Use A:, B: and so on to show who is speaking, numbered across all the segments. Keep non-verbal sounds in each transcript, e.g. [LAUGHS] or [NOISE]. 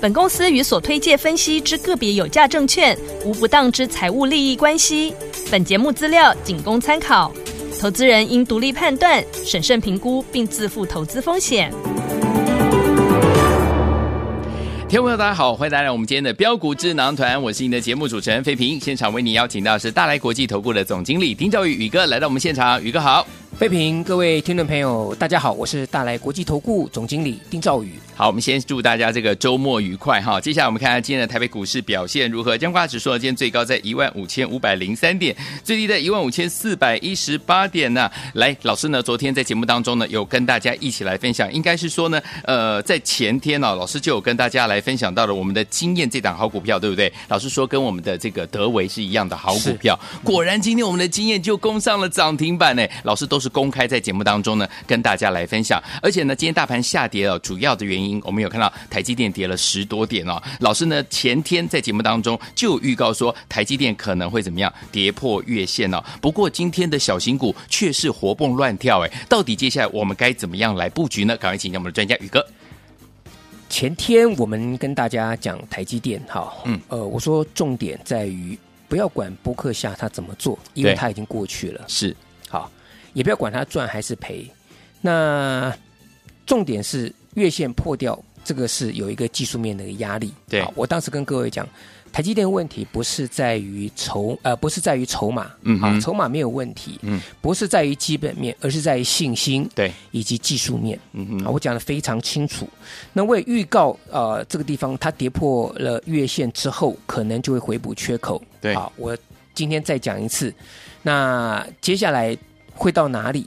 A: 本公司与所推介分析之个别有价证券无不当之财务利益关系。本节目资料仅供参考，投资人应独立判断、审慎评估，并自负投资风险。
B: 听众朋友，大家好，欢迎大家来我们今天的标股智囊团，我是你的节目主持人费平。现场为你邀请到是大来国际投顾的总经理丁兆宇宇哥来到我们现场，宇哥好。
C: 飞平，各位听众朋友，大家好，我是大来国际投顾总经理丁兆宇。
B: 好，我们先祝大家这个周末愉快哈。接下来我们看看今天的台北股市表现如何。将挂指数呢今天最高在15,503点，最低在15,418点呢、来，老师呢，昨天在节目当中呢，有跟大家一起来分享，应该是说呢，呃，在前天呢、老师就有跟大家来分享到了我们的经验这档好股票，对不对？老师说跟我们的这个德维是一样的好股票，果然今天我们的经验就攻上了涨停板呢。老师都是公开在节目当中呢跟大家来分享，而且呢，今天大盘下跌了，主要的原因我们有看到台积电跌了十多点哦。老师呢前天在节目当中就有预告说台积电可能会怎么样跌破月线哦。不过今天的小型股却是活蹦乱跳，哎，到底接下来我们该怎么样来布局呢？赶快请教我们的专家宇哥。
C: 前天我们跟大家讲台积电，哈，
B: 嗯
C: 嗯，呃，我说重点在于不要管博客下它怎么做，因为
B: 对
C: 它已经过去了，
B: 是，
C: 好，也不要管它赚还是赔。那重点是月线破掉，这个是有一个技术面的一个压力。
B: 对
C: 好我当时跟各位讲，台积电问题不是在于筹，呃，不是在于筹码，
B: 嗯哼
C: 好啊筹码没有问题，
B: 嗯，
C: 不是在于基本面，而是在于信心，
B: 对，
C: 以及技术面。
B: 嗯
C: 啊，
B: 哼，
C: 我讲的非常清楚。那我也预告，呃，这个地方它跌破了月线之后，可能就会回补缺口。
B: 对
C: 好，我今天再讲一次。那接下来会到哪里？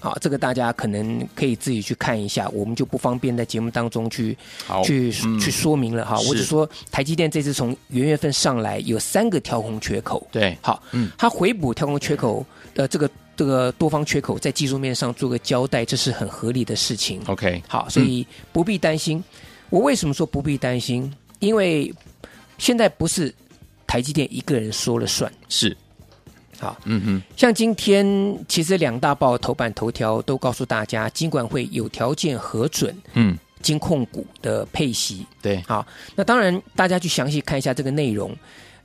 C: 好，这个大家可能可以自己去看一下，我们就不方便在节目当中去
B: 好，
C: 去、
B: 嗯
C: 去说明了哈。我
B: 是
C: 只说台积电这次从元月份上来有三个跳空缺口，
B: 对，
C: 好，
B: 嗯
C: 它回补跳空缺口的、呃、这个这个多方缺口，在技术面上做个交代，这是很合理的事情。
B: ，OK，
C: 好，所以不必担心。我为什么说不必担心？因为现在不是台积电一个人说了算。
B: 是，
C: 好，
B: 嗯哼，
C: 像今天其实两大报头版头条都告诉大家，金管会有条件核准
B: 嗯，
C: 金控股的配息。
B: 对，
C: 好，那当然大家去详细看一下这个内容。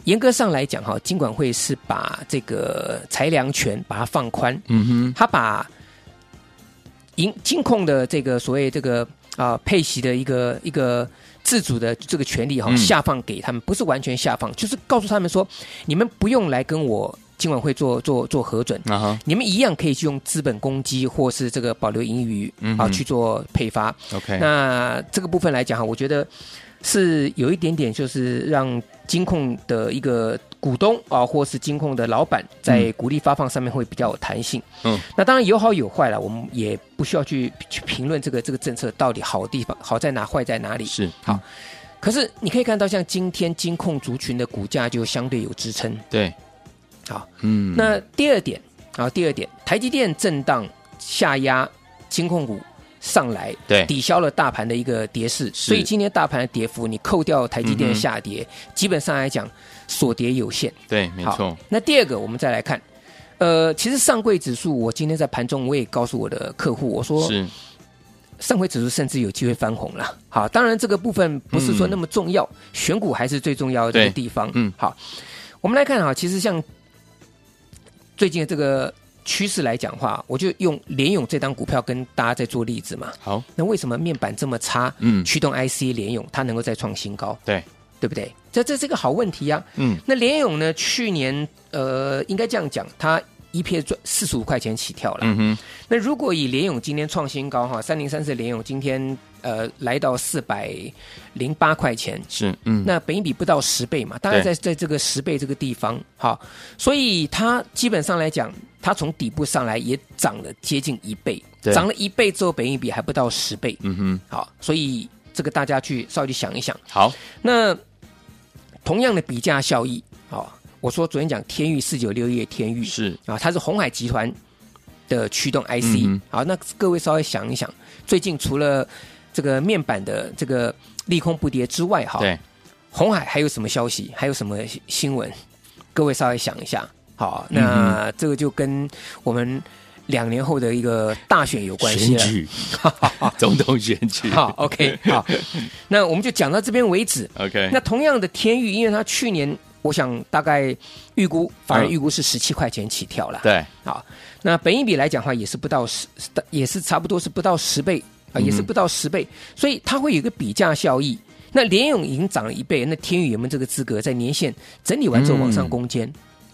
C: 严格上来讲，哈，金管会是把这个裁量权把它放宽，
B: 嗯哼，
C: 他把银金控的这个所谓这个啊、配息的一个一个自主的这个权利哈、
B: 嗯
C: 下放给他们，不是完全下放，就是告诉他们说，你们不用来跟我金管会做做做核准。
B: 啊哈
C: 你们一样可以去用资本公积或是这个保留盈余
B: 嗯
C: 啊
B: 哼
C: 去做配发，
B: ，OK，
C: 那这个部分来讲哈，我觉得是有一点点，就是让金控的一个股东啊，或是金控的老板在股利发放上面会比较有弹性。
B: 嗯，
C: 那当然有好有坏了，我们也不需要去去评论这个这个政策到底好地方好在哪，坏在哪里。
B: 是好，
C: 可是你可以看到，像今天金控族群的股价就相对有支撑。
B: 对，
C: 好，
B: 嗯，
C: 那第二点啊，第二点，台积电震荡下压，金控股上来，
B: 对
C: 抵消了大盘的一个跌势，
B: 哎是
C: 所以今天大盘的跌幅，你扣掉台积
B: 嗯
C: 电的
B: 哼
C: 下跌，基本上来讲所跌有限。
B: 对，没错
C: 好，，那第二个我们再来看，呃，其实上柜指数，我今天在盘中我也告诉我的客户，我说
B: 是，
C: 上柜指数甚至有机会翻红了。好，当然这个部分不是说那么重要，选股还是最重要的这个
B: 嗯对
C: 地方。
B: 嗯
C: 好，我们来看啊哈，其实像最近的这个趋势来讲的话，我就用联勇这档股票跟大家在做例子嘛。
B: 好，
C: 那为什么面板这么差？
B: 嗯，
C: 驱动 IC 联勇它能够再创新高，
B: 对，
C: 对不对？这这是个好问题呀、
B: 嗯，
C: 那联勇呢，去年呃，应该这样讲，它 EPS 赚四十五块钱起跳了。
B: 嗯哼，
C: 那如果以联勇今天创新高哈，三零三四联勇今天呃来到四百零八块钱，
B: 是，嗯，
C: 那本益比不到十倍嘛，大概在在这个十倍这个地方，好，所以它基本上来讲，它从底部上来也涨了接近一倍，
B: 对
C: 涨了一倍之后，本益比还不到十倍，
B: 嗯哼，
C: 好，所以这个大家去稍微去想一想。
B: 好，
C: 那同样的比价效益啊、我说昨天讲天域四九六一的天域
B: 是
C: 啊，它是红海集团的驱动 IC、
B: 嗯
C: 好，那各位稍微想一想，最近除了这个面板的这个利空不跌之外，哈，
B: 对，
C: 红海还有什么消息？还有什么新闻？各位稍微想一下。好，那这个就跟我们两年后的一个大选有关
D: 选
C: 系了。 [LAUGHS]
D: 举
B: 总统选举，
C: 好，OK，好，那我们就讲到这边为止。
B: ，OK，
C: 那同样的天域，因为它去年我想大概预估，反而预估是十七块钱起跳了。
B: 对，
C: 好，那本益比来讲的话，也是不到十，也是差不多是不到十倍啊，
B: 嗯
C: 也是不到十倍，所以它会有一个比价效益。那联勇已经涨了一倍，那天宇有没有这个资格在年线整理完之后往上攻坚？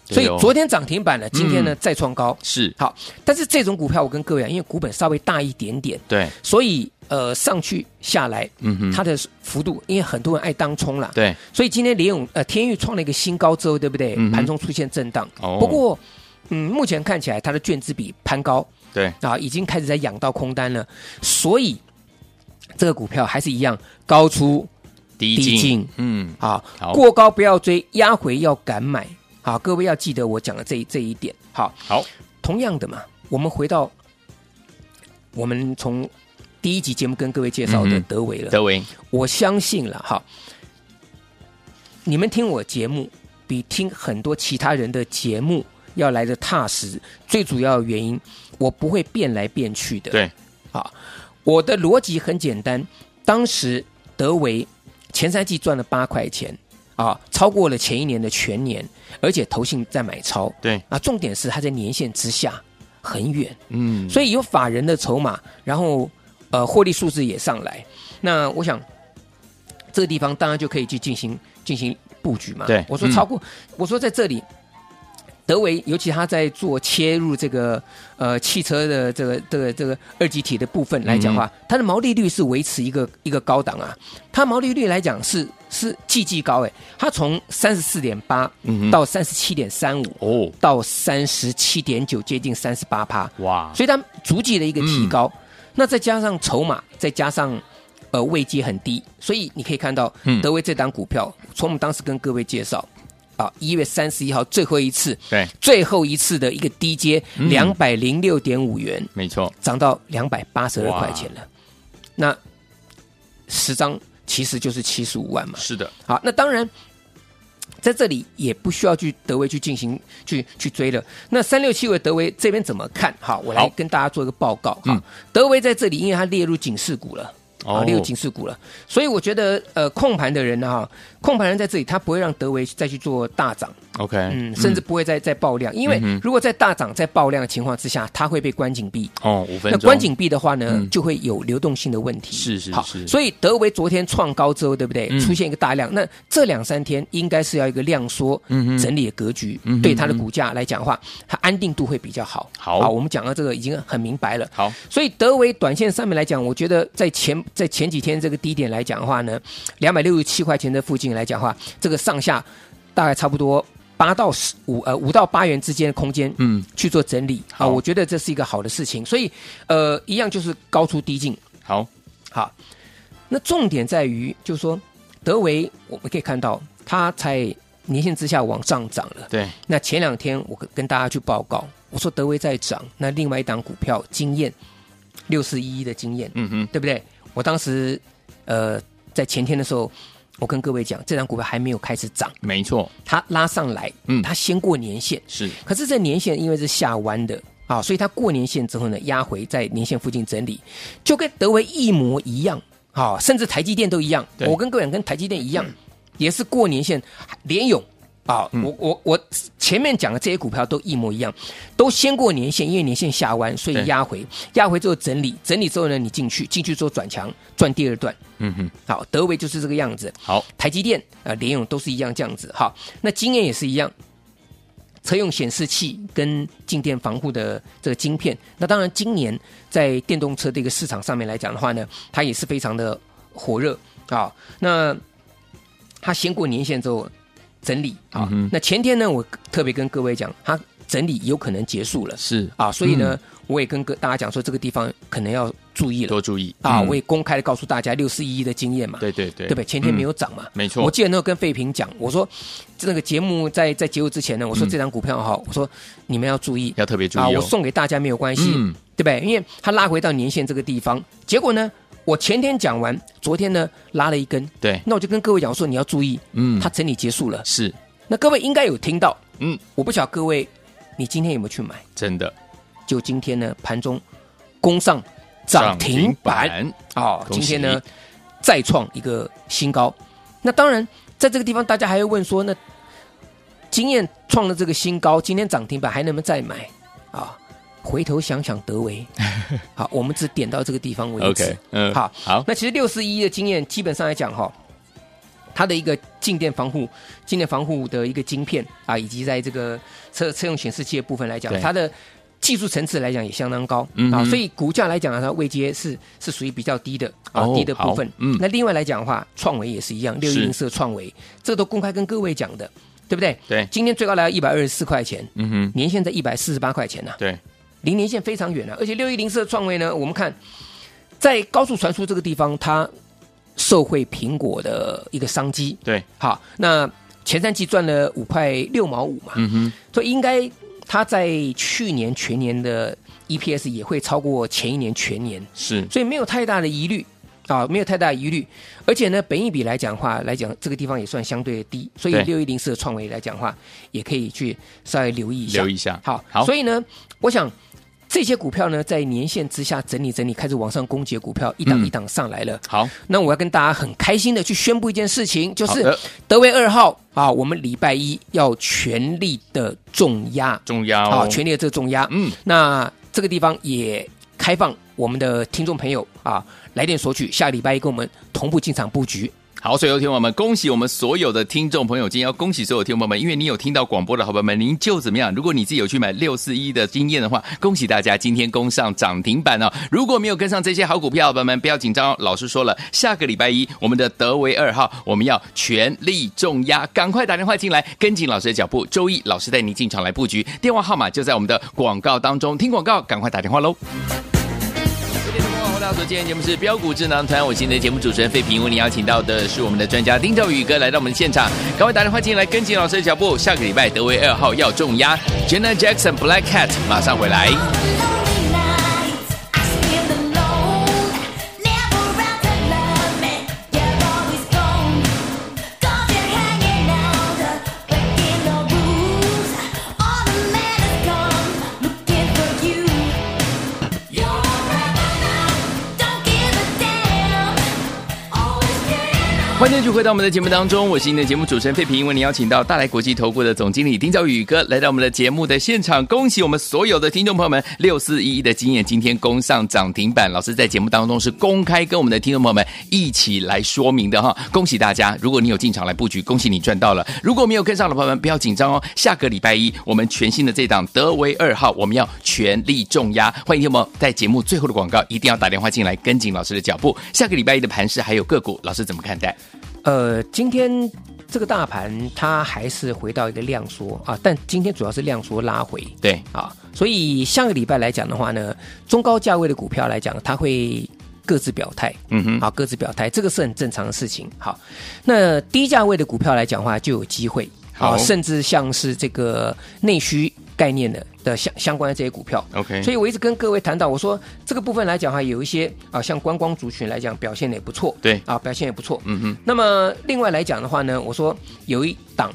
C: 所
B: 嗯
C: 以
B: 对哦
C: 昨天涨停板了，今天呢、
B: 嗯
C: 再创高。
B: 是，
C: 好，但是这种股票我跟各位讲，因为股本稍微大一点点，
B: 对，
C: 所以呃上去下来，
B: 嗯哼，
C: 它的幅度，因为很多人爱当冲啦，
B: 对，
C: 所以今天联勇呃天域创了一个新高之后，对不对？
B: 嗯哼
C: 盘中出现震荡，
B: 哦
C: 不过嗯，目前看起来它的券资比攀高
B: 对，
C: 啊，已经开始在养到空单了，所以这个股票还是一样高出
B: 低
C: 低
B: 进
C: 进，
B: 嗯，
C: 啊
B: 好，
C: 过高不要追，压回要敢买。好，各位要记得我讲的这一这一点。好，
B: 好，
C: 同样的嘛，我们回到我们从第一集节目跟各位介绍
B: 嗯
C: 的
B: 哼
C: 德维了，
B: 德维，
C: 我相信了哈，你们听我节目比听很多其他人的节目要来的踏实。最主要的原因，我不会变来变去的。
B: 对，
C: 啊，我的逻辑很简单。当时德维前三季赚了八块钱啊，超过了前一年的全年，而且投信在买超。
B: 对，
C: 啊，重点是它在年限之下很远。
B: 嗯，
C: 所以有法人的筹码，然后呃获利数字也上来，那我想这个地方当然就可以去进行进行布局嘛。
B: 对
C: 我说
B: 嗯
C: 超过，我说在这里。德维，尤其他在做切入这个呃汽车的这个这个这个二级体的部分来讲
B: 嗯
C: 的话，它的毛利率是维持一个一个高档啊。它毛利率来讲是是季季高诶，它从三十四点八
B: 嗯哼
C: 到三十七点三五
B: 哦，
C: 到三十七点九，接近三十八趴。
B: 哇，
C: 所以它逐季的一个
B: 嗯
C: 提高。那再加上筹码，再加上呃位阶很低，所以你可以看到
B: 嗯
C: 德威这档股票，从我们当时跟各位介绍啊，一月三十一号最后一次，
B: 对，
C: 最后一次的一个低阶
B: 嗯
C: 两百零六点五元，
B: 没错，
C: 涨到两百八十二
B: 哇
C: 块钱了。那十张其实就是七十五万嘛，
B: 是的，
C: 好，那当然。在这里也不需要去德威去进行去去追了。那三六七五的德威这边怎么看？好，我来
B: 好
C: 跟大家做一个报告。哈、
B: 嗯
C: 德威在这里，因为它列入警示股了，
B: 哦
C: 啊，列入警示股了，所以我觉得呃，控盘的人呢，哈，控盘人在这里，他不会让德威再去做大涨，
B: ，OK，
C: 嗯，甚至不会再再爆量，因为
B: 哎嗯哼
C: 如果在大涨再爆量的情况之下，它会被关紧闭。
B: 哦，五分
C: 那
B: 钟，
C: 关紧闭的话呢
B: 嗯，
C: 就会有流动性的问题。
B: 是是
C: 好
B: 是，
C: 所以德维昨天创高之后，对不对
B: 嗯？
C: 出现一个大量，那这两三天应该是要一个量缩
B: 嗯哼
C: 整理的格局
B: 嗯哼，
C: 对它的股价来讲的话，它安定度会比较好。
B: 好
C: 我们讲到这个已经很明白了。
B: 好，
C: 所以德维短线上面来讲，我觉得在前在前几天这个低点来讲的话呢，两百六十七块钱的附近来讲的话，这个上下大概差不多八到十五呃五到八元之间的空间，
B: 嗯，
C: 去做整理啊，
B: 好
C: 我觉得这是一个好的事情。所以呃，一样就是高出低进。
B: 好，
C: 好，那重点在于就是说，德维我们可以看到它在年线之下往上涨了。
B: 对，
C: 那前两天我跟跟大家去报告，我说德威在涨，那另外一档股票经验六四一一的经验，
B: 嗯哼，
C: 对不对？我当时呃在前天的时候，我跟各位讲，这档股票还没有开始涨，
B: 没错，
C: 它拉上来，
B: 嗯
C: 它先过年线，
B: 是，
C: 可是这年线因为是下弯的啊，所以它过年线之后呢，压回在年线附近整理，就跟德维一模一样啊，甚至台积电都一样。
B: 对
C: 我跟各位讲跟台积电一样，也是过年线联勇啊，
B: 嗯
C: 我我我前面讲的这些股票都一模一样，都先过年线，因为年线下弯，所
B: 对
C: 以压回，压回之后整理，整理之后呢，你进去，进去之后转强，赚第二段。
B: 嗯哼，
C: 好，德维就是这个样子。
B: 好，
C: 台积电啊、呃联咏都是一样这样子。好，那经验也是一样，车用显示器跟静电防护的这个晶片，那当然今年在电动车的一个市场上面来讲的话呢，它也是非常的火热啊。那它先过年线之后整理啊，
B: 嗯哼
C: 那前天呢，我特别跟各位讲，它整理有可能结束了
B: 是
C: 啊，所以呢，
B: 嗯
C: 我也跟各大家讲说，这个地方可能要注意了
B: 多注意
C: 啊，
B: 嗯
C: 我也公开的告诉大家六四一一的经验嘛，
B: 对对对，
C: 对不对？前天没有
B: 嗯
C: 涨嘛，
B: 没错
C: 我记得那时候跟费平讲，我说那个节目在在结束之前呢，我说
B: 嗯
C: 这张股票哈，我说你们要注意
B: 要特别注意
C: 啊，
B: 哦
C: 我送给大家没有关系，
B: 嗯
C: 对不对？因为它拉回到年线这个地方，结果呢，我前天讲完，昨天呢拉了一根，
B: 对，
C: 那我就跟各位讲我说你要注意，
B: 嗯
C: 它整理结束了。
B: 是
C: 那各位应该有听到，
B: 嗯，
C: 我不晓得各位你今天有没有去买？
B: 真的
C: 就今天呢盘中攻上涨停板。
B: 涨停板
C: 哦，
B: 恭
C: 今
B: 喜
C: 天呢再创一个新高。那当然，在这个地方大家还会问说，那经验创了这个新高，今天涨停板还能不能再买啊？回头想想德
B: [LAUGHS]
C: 维，好，我们只点到这个地方为止。
B: OK，嗯，
C: 好
B: 好，
C: 哦那其实六四一的经验，基本上来讲哈、它的一个静电防护、静电防护的一个晶片啊，以及在这个车车用显示器的部分来讲
B: 对，
C: 它的技术层次来讲也相当高、
B: 嗯
C: 啊，
B: 哼
C: 所以股价来讲啊，它位阶是是属于比较低的啊、
B: 哦
C: 低的部分
B: 好。嗯
C: 那另外来讲的话，创维也是一样，六一
B: 是
C: 零四创维，这都公开跟各位讲的，对不对？
B: 对
C: 今天最高来到一百二十四块钱，
B: 嗯哼，
C: 年限在一百四十八块钱呐、啊
B: 对，
C: 离年线非常远了、啊而且六一零四的创维呢，我们看在高速传输这个地方，它受惠苹果的一个商机。
B: 对，
C: 好，那前三季赚了五块六毛五嘛，
B: 嗯哼，
C: 所以应该它在去年全年的 EPS 也会超过前一年全年，
B: 是
C: 所以没有太大的疑虑。啊，没有太大的疑虑，而且呢，本益比来讲的话，来讲这个地方也算相对的低，所以
B: 对
C: 六一零四的创维来讲的话，也可以去稍微留意一下
B: 留。意一下，
C: 好，
B: 好，
C: 所
B: 以
C: 以呢，我想这些股票呢，在年线之下整理整理，开始往上攻击的股票，一档
B: 嗯
C: 一档上来了。
B: 好，
C: 那我要跟大家很开心的去宣布一件事情，就
B: 好呃
C: 是
B: 的
C: 德威二号啊，我们礼拜一要全力的重压，
B: 重要
C: 啊，
B: 哦，
C: 全力的这个重压。
B: 嗯，
C: 那这个地方也开放我们的听众朋友啊，来电索取，下礼拜一跟我们同步进场布局。
B: 好，所以有听众朋友们，恭喜我们所有的听众朋友，今天要恭喜所有听众朋友们，因为你有听到广播的好朋友们，您就怎么样？如果你自己有去买六四一的经验的话，恭喜大家今天攻上涨停板哦！如果没有跟上这些好股票，好朋友们不要紧张哦。老师说了，下个礼拜一我们的德维二号，我们要全力重压，赶快打电话进来，跟紧老师的脚步。周一老师带您进场来布局，电话号码就在我们的广告当中，听广告赶快打电话喽。大家所今天节目是标股智囊团，我是你的节目主持人费平，为你邀请到的是我们的专家丁兆宇哥来到我们的现场，赶快打电话进来跟紧老师的脚步，下个礼拜德维二号要重压 Jenna Jackson Black Cat 马上回来。
E: Lonely nights, I feel alone. Never out to love me, you're always gone. Cause you're hanging out, breaking the rules. All the men have gone, looking for you. You're a don't give a damn. Always getting on.
B: 欢迎继续回到我们的节目当中，我是您的节目主持人费平，为您邀请到大来国际投顾的总经理丁兆宇哥来到我们的节目的现场，恭喜我们所有的听众朋友们，六四一一的经验今天攻上涨停板，老师在节目当中是公开跟我们的听众朋友们一起来说明的哈，恭喜大家！如果你有进场来布局，恭喜你赚到了；如果没有跟上的朋友们，不要紧张哦，下个礼拜一我们全新的这档德维二号，我们要全力重压，欢迎听众朋友在节目最后的广告一定要打电话进来跟紧老师的脚步，下个礼拜一的盘势还有个股，老师怎么看待？
C: 呃，今天这个大盘它还是回到一个量缩啊，但今天主要是量缩拉回
B: 对，
C: 啊，所以下个礼拜来讲的话呢，中高价位的股票来讲，它会各自表态，
B: 嗯哼，
C: 啊，各自表态，这个是很正常的事情。好，那低价位的股票来讲的话，就有机会啊
B: 好
C: 甚至像是这个内需概念的的相相关的这些股票。
B: OK
C: 所以我一直跟各位谈到，我说这个部分来讲的话，有一些啊，像观光族群来讲表现的也不错，
B: 对
C: 啊，表现也不错。
B: 嗯哼，
C: 那么另外来讲的话呢，我说有一档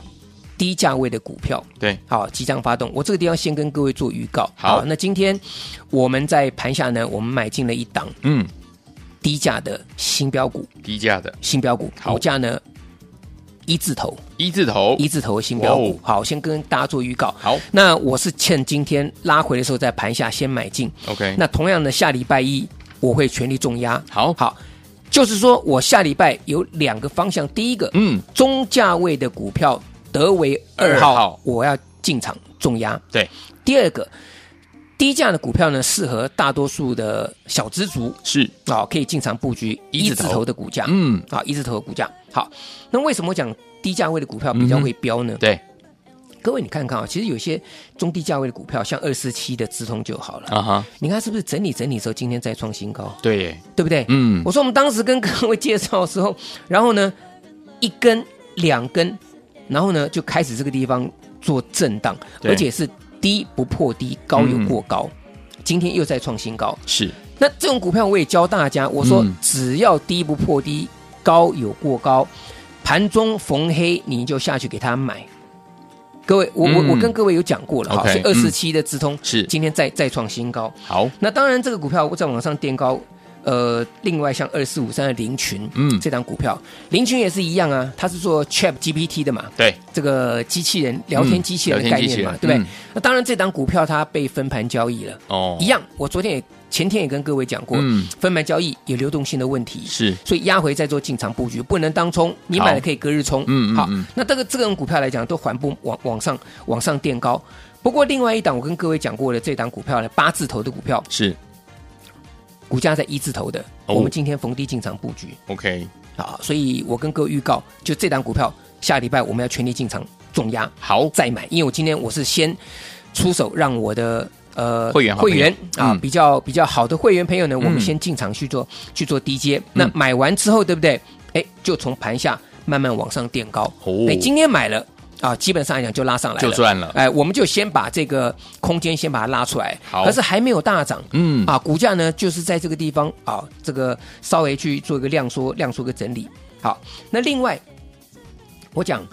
C: 低价位的股票，
B: 对，
C: 好，即将发动。我这个地方先跟各位做预告。
B: 好
C: 那今天我们在盘下呢，我们买进了一档
B: 嗯，
C: 低价的新标股，
B: 低价的
C: 新标股
B: 好
C: 股价呢一字头，
B: 一字头，
C: 一字头的新标
B: 哇哦
C: 股。好，先跟大家做预告。
B: 好
C: 那我是趁今天拉回的时候，在盘下先买进。
B: ，OK，
C: 那同样的，下礼拜一我会全力重压。
B: 好
C: 好，就是说我下礼拜有两个方向，第一个，
B: 嗯，
C: 中价位的股票德维二
B: 二号
C: 号，我要进场重压。
B: 对，
C: 第二个，低价的股票呢，适合大多数的小资族
B: 是，
C: 啊、可以进场布局
B: 一
C: 一
B: 字头
C: 字头的股价。
B: 嗯，
C: 啊，一字头的股价。好，那为什么我讲低价位的股票比
B: 嗯
C: 较
B: 哼
C: 会飙呢？
B: 对，
C: 各位你看看啊，其实有些中低价位的股票，像二四七的直通就好了。
B: 啊哈，
C: 你看是不是整理整理之后，今天再创新高，
B: 对耶，
C: 对不对？
B: 嗯
C: 我说我们当时跟各位介绍的时候，然后呢，一根两根，然后呢就开始这个地方做震荡，
B: 对嗯
C: 而且是低不破低，高又过高，今天又再创新高。
B: 是
C: 那这种股票我也教大家，我说
B: 嗯
C: 只要低不破低，高有过高，盘中逢黑你就下去给他买。各位，我
B: 嗯
C: 我我跟各位有讲过了哈，
B: OK，嗯
C: 是二四七的直通
B: 是
C: 今天再再创新高。
B: 好，
C: 那当然，这个股票再往上垫高，呃，另外像二四五三的林群，
B: 嗯
C: 这档股票林群也是一样啊，它是做 Chat GPT 的嘛，
B: 对，
C: 这个机器人聊天机器人的
B: 聊
C: 概
B: 天机器
C: 念
B: 人
C: 嘛，对不对？
B: 嗯
C: 那当然，这档股票它被分盘交易了，
B: 哦，
C: 一样。我昨天也前天也跟各位讲过，
B: 嗯
C: 分盘交易有流动性的问题，
B: 是
C: 所以压回再做进场布局，不能当冲，你买了可以隔日冲。
B: 嗯嗯
C: 好
B: 嗯，
C: 那这个这种股票来讲，都缓步往往上往上垫高。不过另外一档我跟各位讲过的这档股票呢，八字头的股票，
B: 是
C: 股价在一字头的，
B: 哦
C: 我们今天逢低进场布局
B: OK，
C: 啊，所以我跟各位预告，就这档股票下礼拜我们要全力进场重压
B: 好，
C: 再买，因为我今天我是先出手让我的。呃，
B: 会员好
C: 会员
B: 朋友
C: 啊，
B: 嗯
C: 比较比较好的会员朋友呢，我
B: 嗯
C: 们先进场去做去做低阶。那买完之后，对不对？哎，就从盘下慢慢往上垫高。
B: 哦
C: 哎，今天买了啊，基本上来讲就拉上来了，
B: 就赚了
C: 哎，我们就先把这个空间先把它拉出来。
B: 好
C: 可是还没有大涨，
B: 嗯
C: 啊，股价呢就是在这个地方啊，这个稍微去做一个量缩、量缩个整理。好，那另外我讲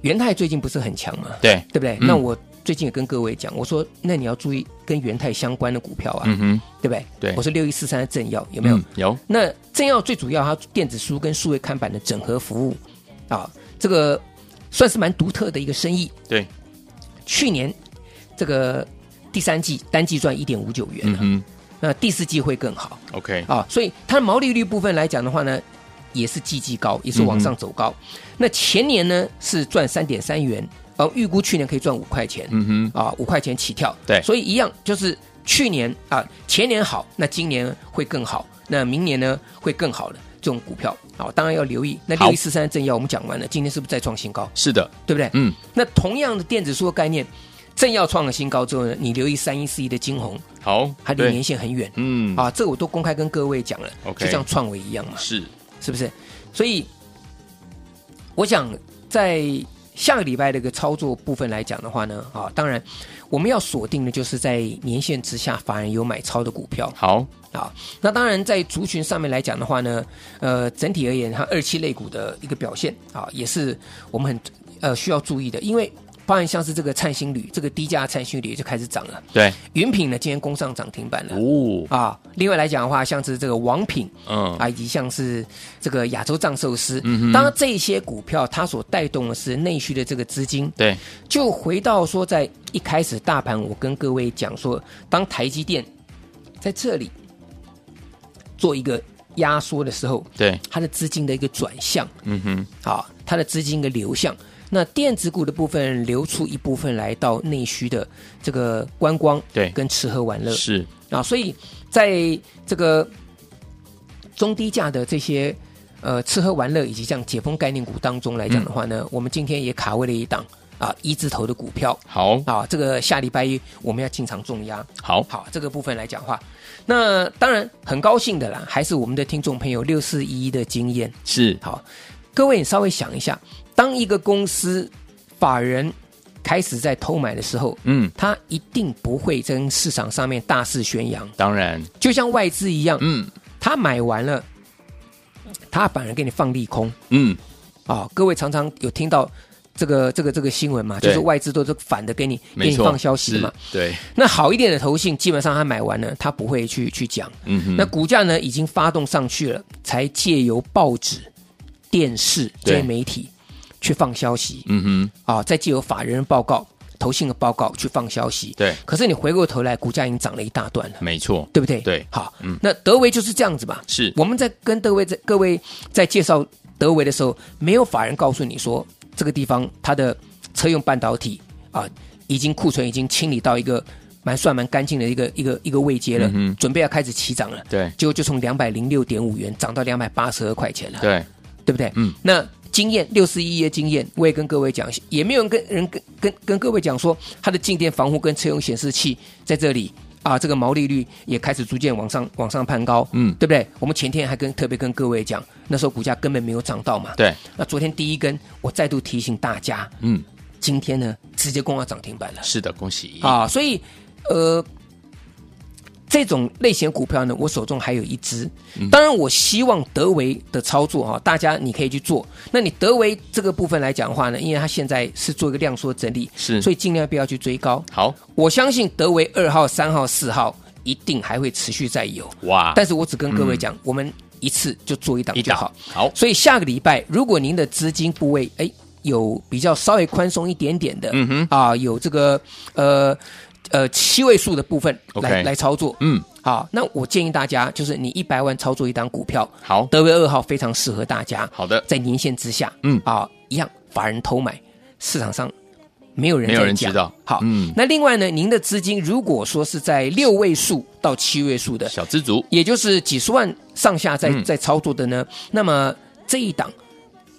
C: 元泰最近不是很强嘛，
B: 对，
C: 对不对？
B: 嗯
C: 那我最近也跟各位讲，我说那你要注意跟元泰相关的股票啊，
B: 嗯哼，
C: 对不对？
B: 对嗯
C: 我说六一四三的正耀有
B: 有
C: 没有？
B: 有？
C: 那正要最主要，它电子书跟数位看板的整合服务啊，这个算是蛮独特的一个生意。
B: 对，
C: 去年这个第三季单季赚一点五九元、
B: 嗯
C: 啊，
B: 哼
C: 那第四季会更好
B: ，OK，
C: 啊，所以它的毛利率部分来讲的话呢，也是季季高，也是往上走
B: 嗯
C: 高。那前年呢是赚三点三元，而、预估去年可以赚五块钱。
B: 嗯哼，
C: 啊，五块钱起跳。
B: 对
C: 所以一样就是去年啊，前年好，那今年会更好，那明年呢会更好的这种股票啊，当然要留意。那
B: 好
C: 六一四三正要我们讲完了，今天是不是再创新高？
B: 是的，
C: 对不对？
B: 嗯，
C: 那同样的电子书的概念，正要创了新高之后呢，你留意三一四一的金红，
B: 好，
C: 它离
B: 对
C: 年限很远。
B: 嗯，
C: 啊，这个我都公开跟各位讲了
B: OK
C: 就像创维一样嘛，
B: 是
C: 是不是？所以，我想在下个礼拜的一个操作部分来讲的话呢，啊，当然我们要锁定的就是在年限之下，法人有买超的股票
B: 好，
C: 啊。那当然在族群上面来讲的话呢，呃，整体而言，它二期类股的一个表现啊，也是我们很呃需要注意的，因为包含像是这个灿星铝，这个低价的灿星铝就开始涨了，
B: 对，
C: 云品呢今天攻上涨停板了。
B: 哦，
C: 啊，另外来讲的话，像是这个王品，
B: 嗯
C: 啊，以及像是这个亚洲藏寿司，嗯当然这些股票它所带动的是内需的这个资金，
B: 对，
C: 就回到说在一开始大盘，我跟各位讲说，当台积电在这里做一个压缩的时候，
B: 对，
C: 它的资金的一个转向，
B: 嗯哼，
C: 啊，它的资金的流向。那电子股的部分流出一部分来到内需的这个观光，
B: 对
C: 跟吃喝玩乐，
B: 是，
C: 啊，所以在这个中低价的这些呃吃喝玩乐以及像解封概念股当中来讲的话呢，我们今天也卡位了一档啊一字头的股票
B: 好，
C: 啊，这个下礼拜一我们要进场重压。
B: 好，
C: 好，这个部分来讲话，那当然很高兴的啦，还是我们的听众朋友六四一的经验。
B: 是，
C: 好，各位你稍微想一下，当一个公司法人开始在偷买的时候，
B: 嗯，
C: 他一定不会跟市场上面大肆宣扬。
B: 当然，
C: 就像外资一样，
B: 嗯
C: 他买完了，他反而给你放利空
B: 嗯，
C: 啊、各位常常有听到这个这个这个新闻嘛，
B: 对
C: 就是外资都是反的给你给
B: 没
C: 你
B: 错，
C: 放消息
B: 是
C: 嘛。，
B: 对，
C: 那好一点的投信，基本上他买完了，他不会去去讲。
B: 嗯哼，
C: 那股价呢已经发动上去了，才借由报纸、电视这些
B: 对
C: 媒体去放消息
B: 嗯哼，
C: 啊、再借由法人报告、投信的报告去放消息。
B: 对，
C: 可是你回过头来，股价已经涨了一大段了。
B: 没错，
C: 对不对？
B: 对
C: 好，
B: 嗯
C: 那德维就是这样子吧。
B: 是
C: 我们在跟德维在各位在介绍德维的时候，没有法人告诉你说这个地方它的车用半导体啊，已经库存已经清理到一个蛮算蛮干净的一个一个一个位阶了，
B: 嗯哼
C: 准备要开始起涨了。
B: 对
C: 结果就从两百零六点五元涨到两百八十二块钱了，
B: 对，
C: 对不对？
B: 嗯，
C: 那。经验，六四一的经验，我也跟各位讲，也没有人跟人跟跟跟各位讲说它的静电防护跟车用显示器在这里。啊，这个毛利率也开始逐渐往上往上攀高，
B: 嗯
C: 对不对？我们前天还跟特别跟各位讲，那时候股价根本没有涨到嘛。
B: 对，
C: 那昨天第一根，我再度提醒大家，
B: 嗯，
C: 今天呢直接攻到涨停板了。
B: 是的，恭喜，
C: 啊，所以呃，这种类型股票呢，我手中还有一只。
B: 嗯
C: 当然，我希望德维的操作啊，大家你可以去做。那你德维这个部分来讲的话呢，因为它现在是做一个量缩整理，
B: 是
C: 所以尽量不要去追高。
B: 好
C: 我相信德维二号、三号、四号一定还会持续再有，
B: 哇，
C: 但是我只跟各位讲，我们一次就做一档
B: 嗯一
C: 就
B: 档
C: 好。
B: 好，
C: 所以下个礼拜，如果您的资金部位哎有比较稍微宽松一点点的，
B: 嗯哼
C: 啊，有这个呃呃七位数的部分
B: OK
C: 来来操作，
B: 嗯，
C: 好，那我建议大家就是你一百万操作一档股票，
B: 好
C: 德威二号非常适合大家，
B: 好的
C: 在年限之下，
B: 嗯
C: 啊，一样法人偷买，市场上没有人
B: 没有
C: 在
B: 人
C: 讲
B: 知道
C: 好，
B: 嗯
C: 那另外呢，您的资金如果说是在六位数到七位数的，
B: 小知足，
C: 也就是几十万上下在
B: 嗯
C: 在操作的呢，那么这一档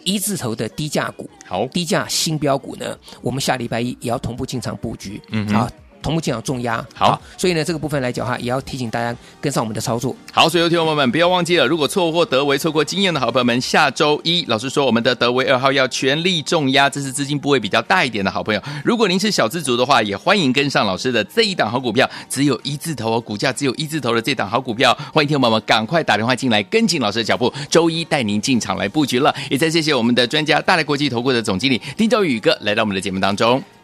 C: 一字头的低价股、
B: 好，
C: 低价新标股呢，我们下礼拜一也要同步进场布局，
B: 嗯哼
C: 啊，同步进场重压，
B: 好
C: 所以呢这个部分来讲哈，也要提醒大家跟上我们的操作。
B: 好，所以有听众朋友们不要忘记了，如果错过德维、错过经验的好朋友们，下周一老师说我们的德维二号要全力重压，这是资金部位比较大一点的好朋友。如果您是小资族的话，也欢迎跟上老师的这一档好股票，只有一字头哦，股价只有一字头的这档好股票，欢迎听众朋友们赶快打电话进来跟紧老师的脚步，周一带您进场来布局了。也再谢谢我们的专家大来国际投顾的总经理丁兆宇宇哥来到我们的节目当中，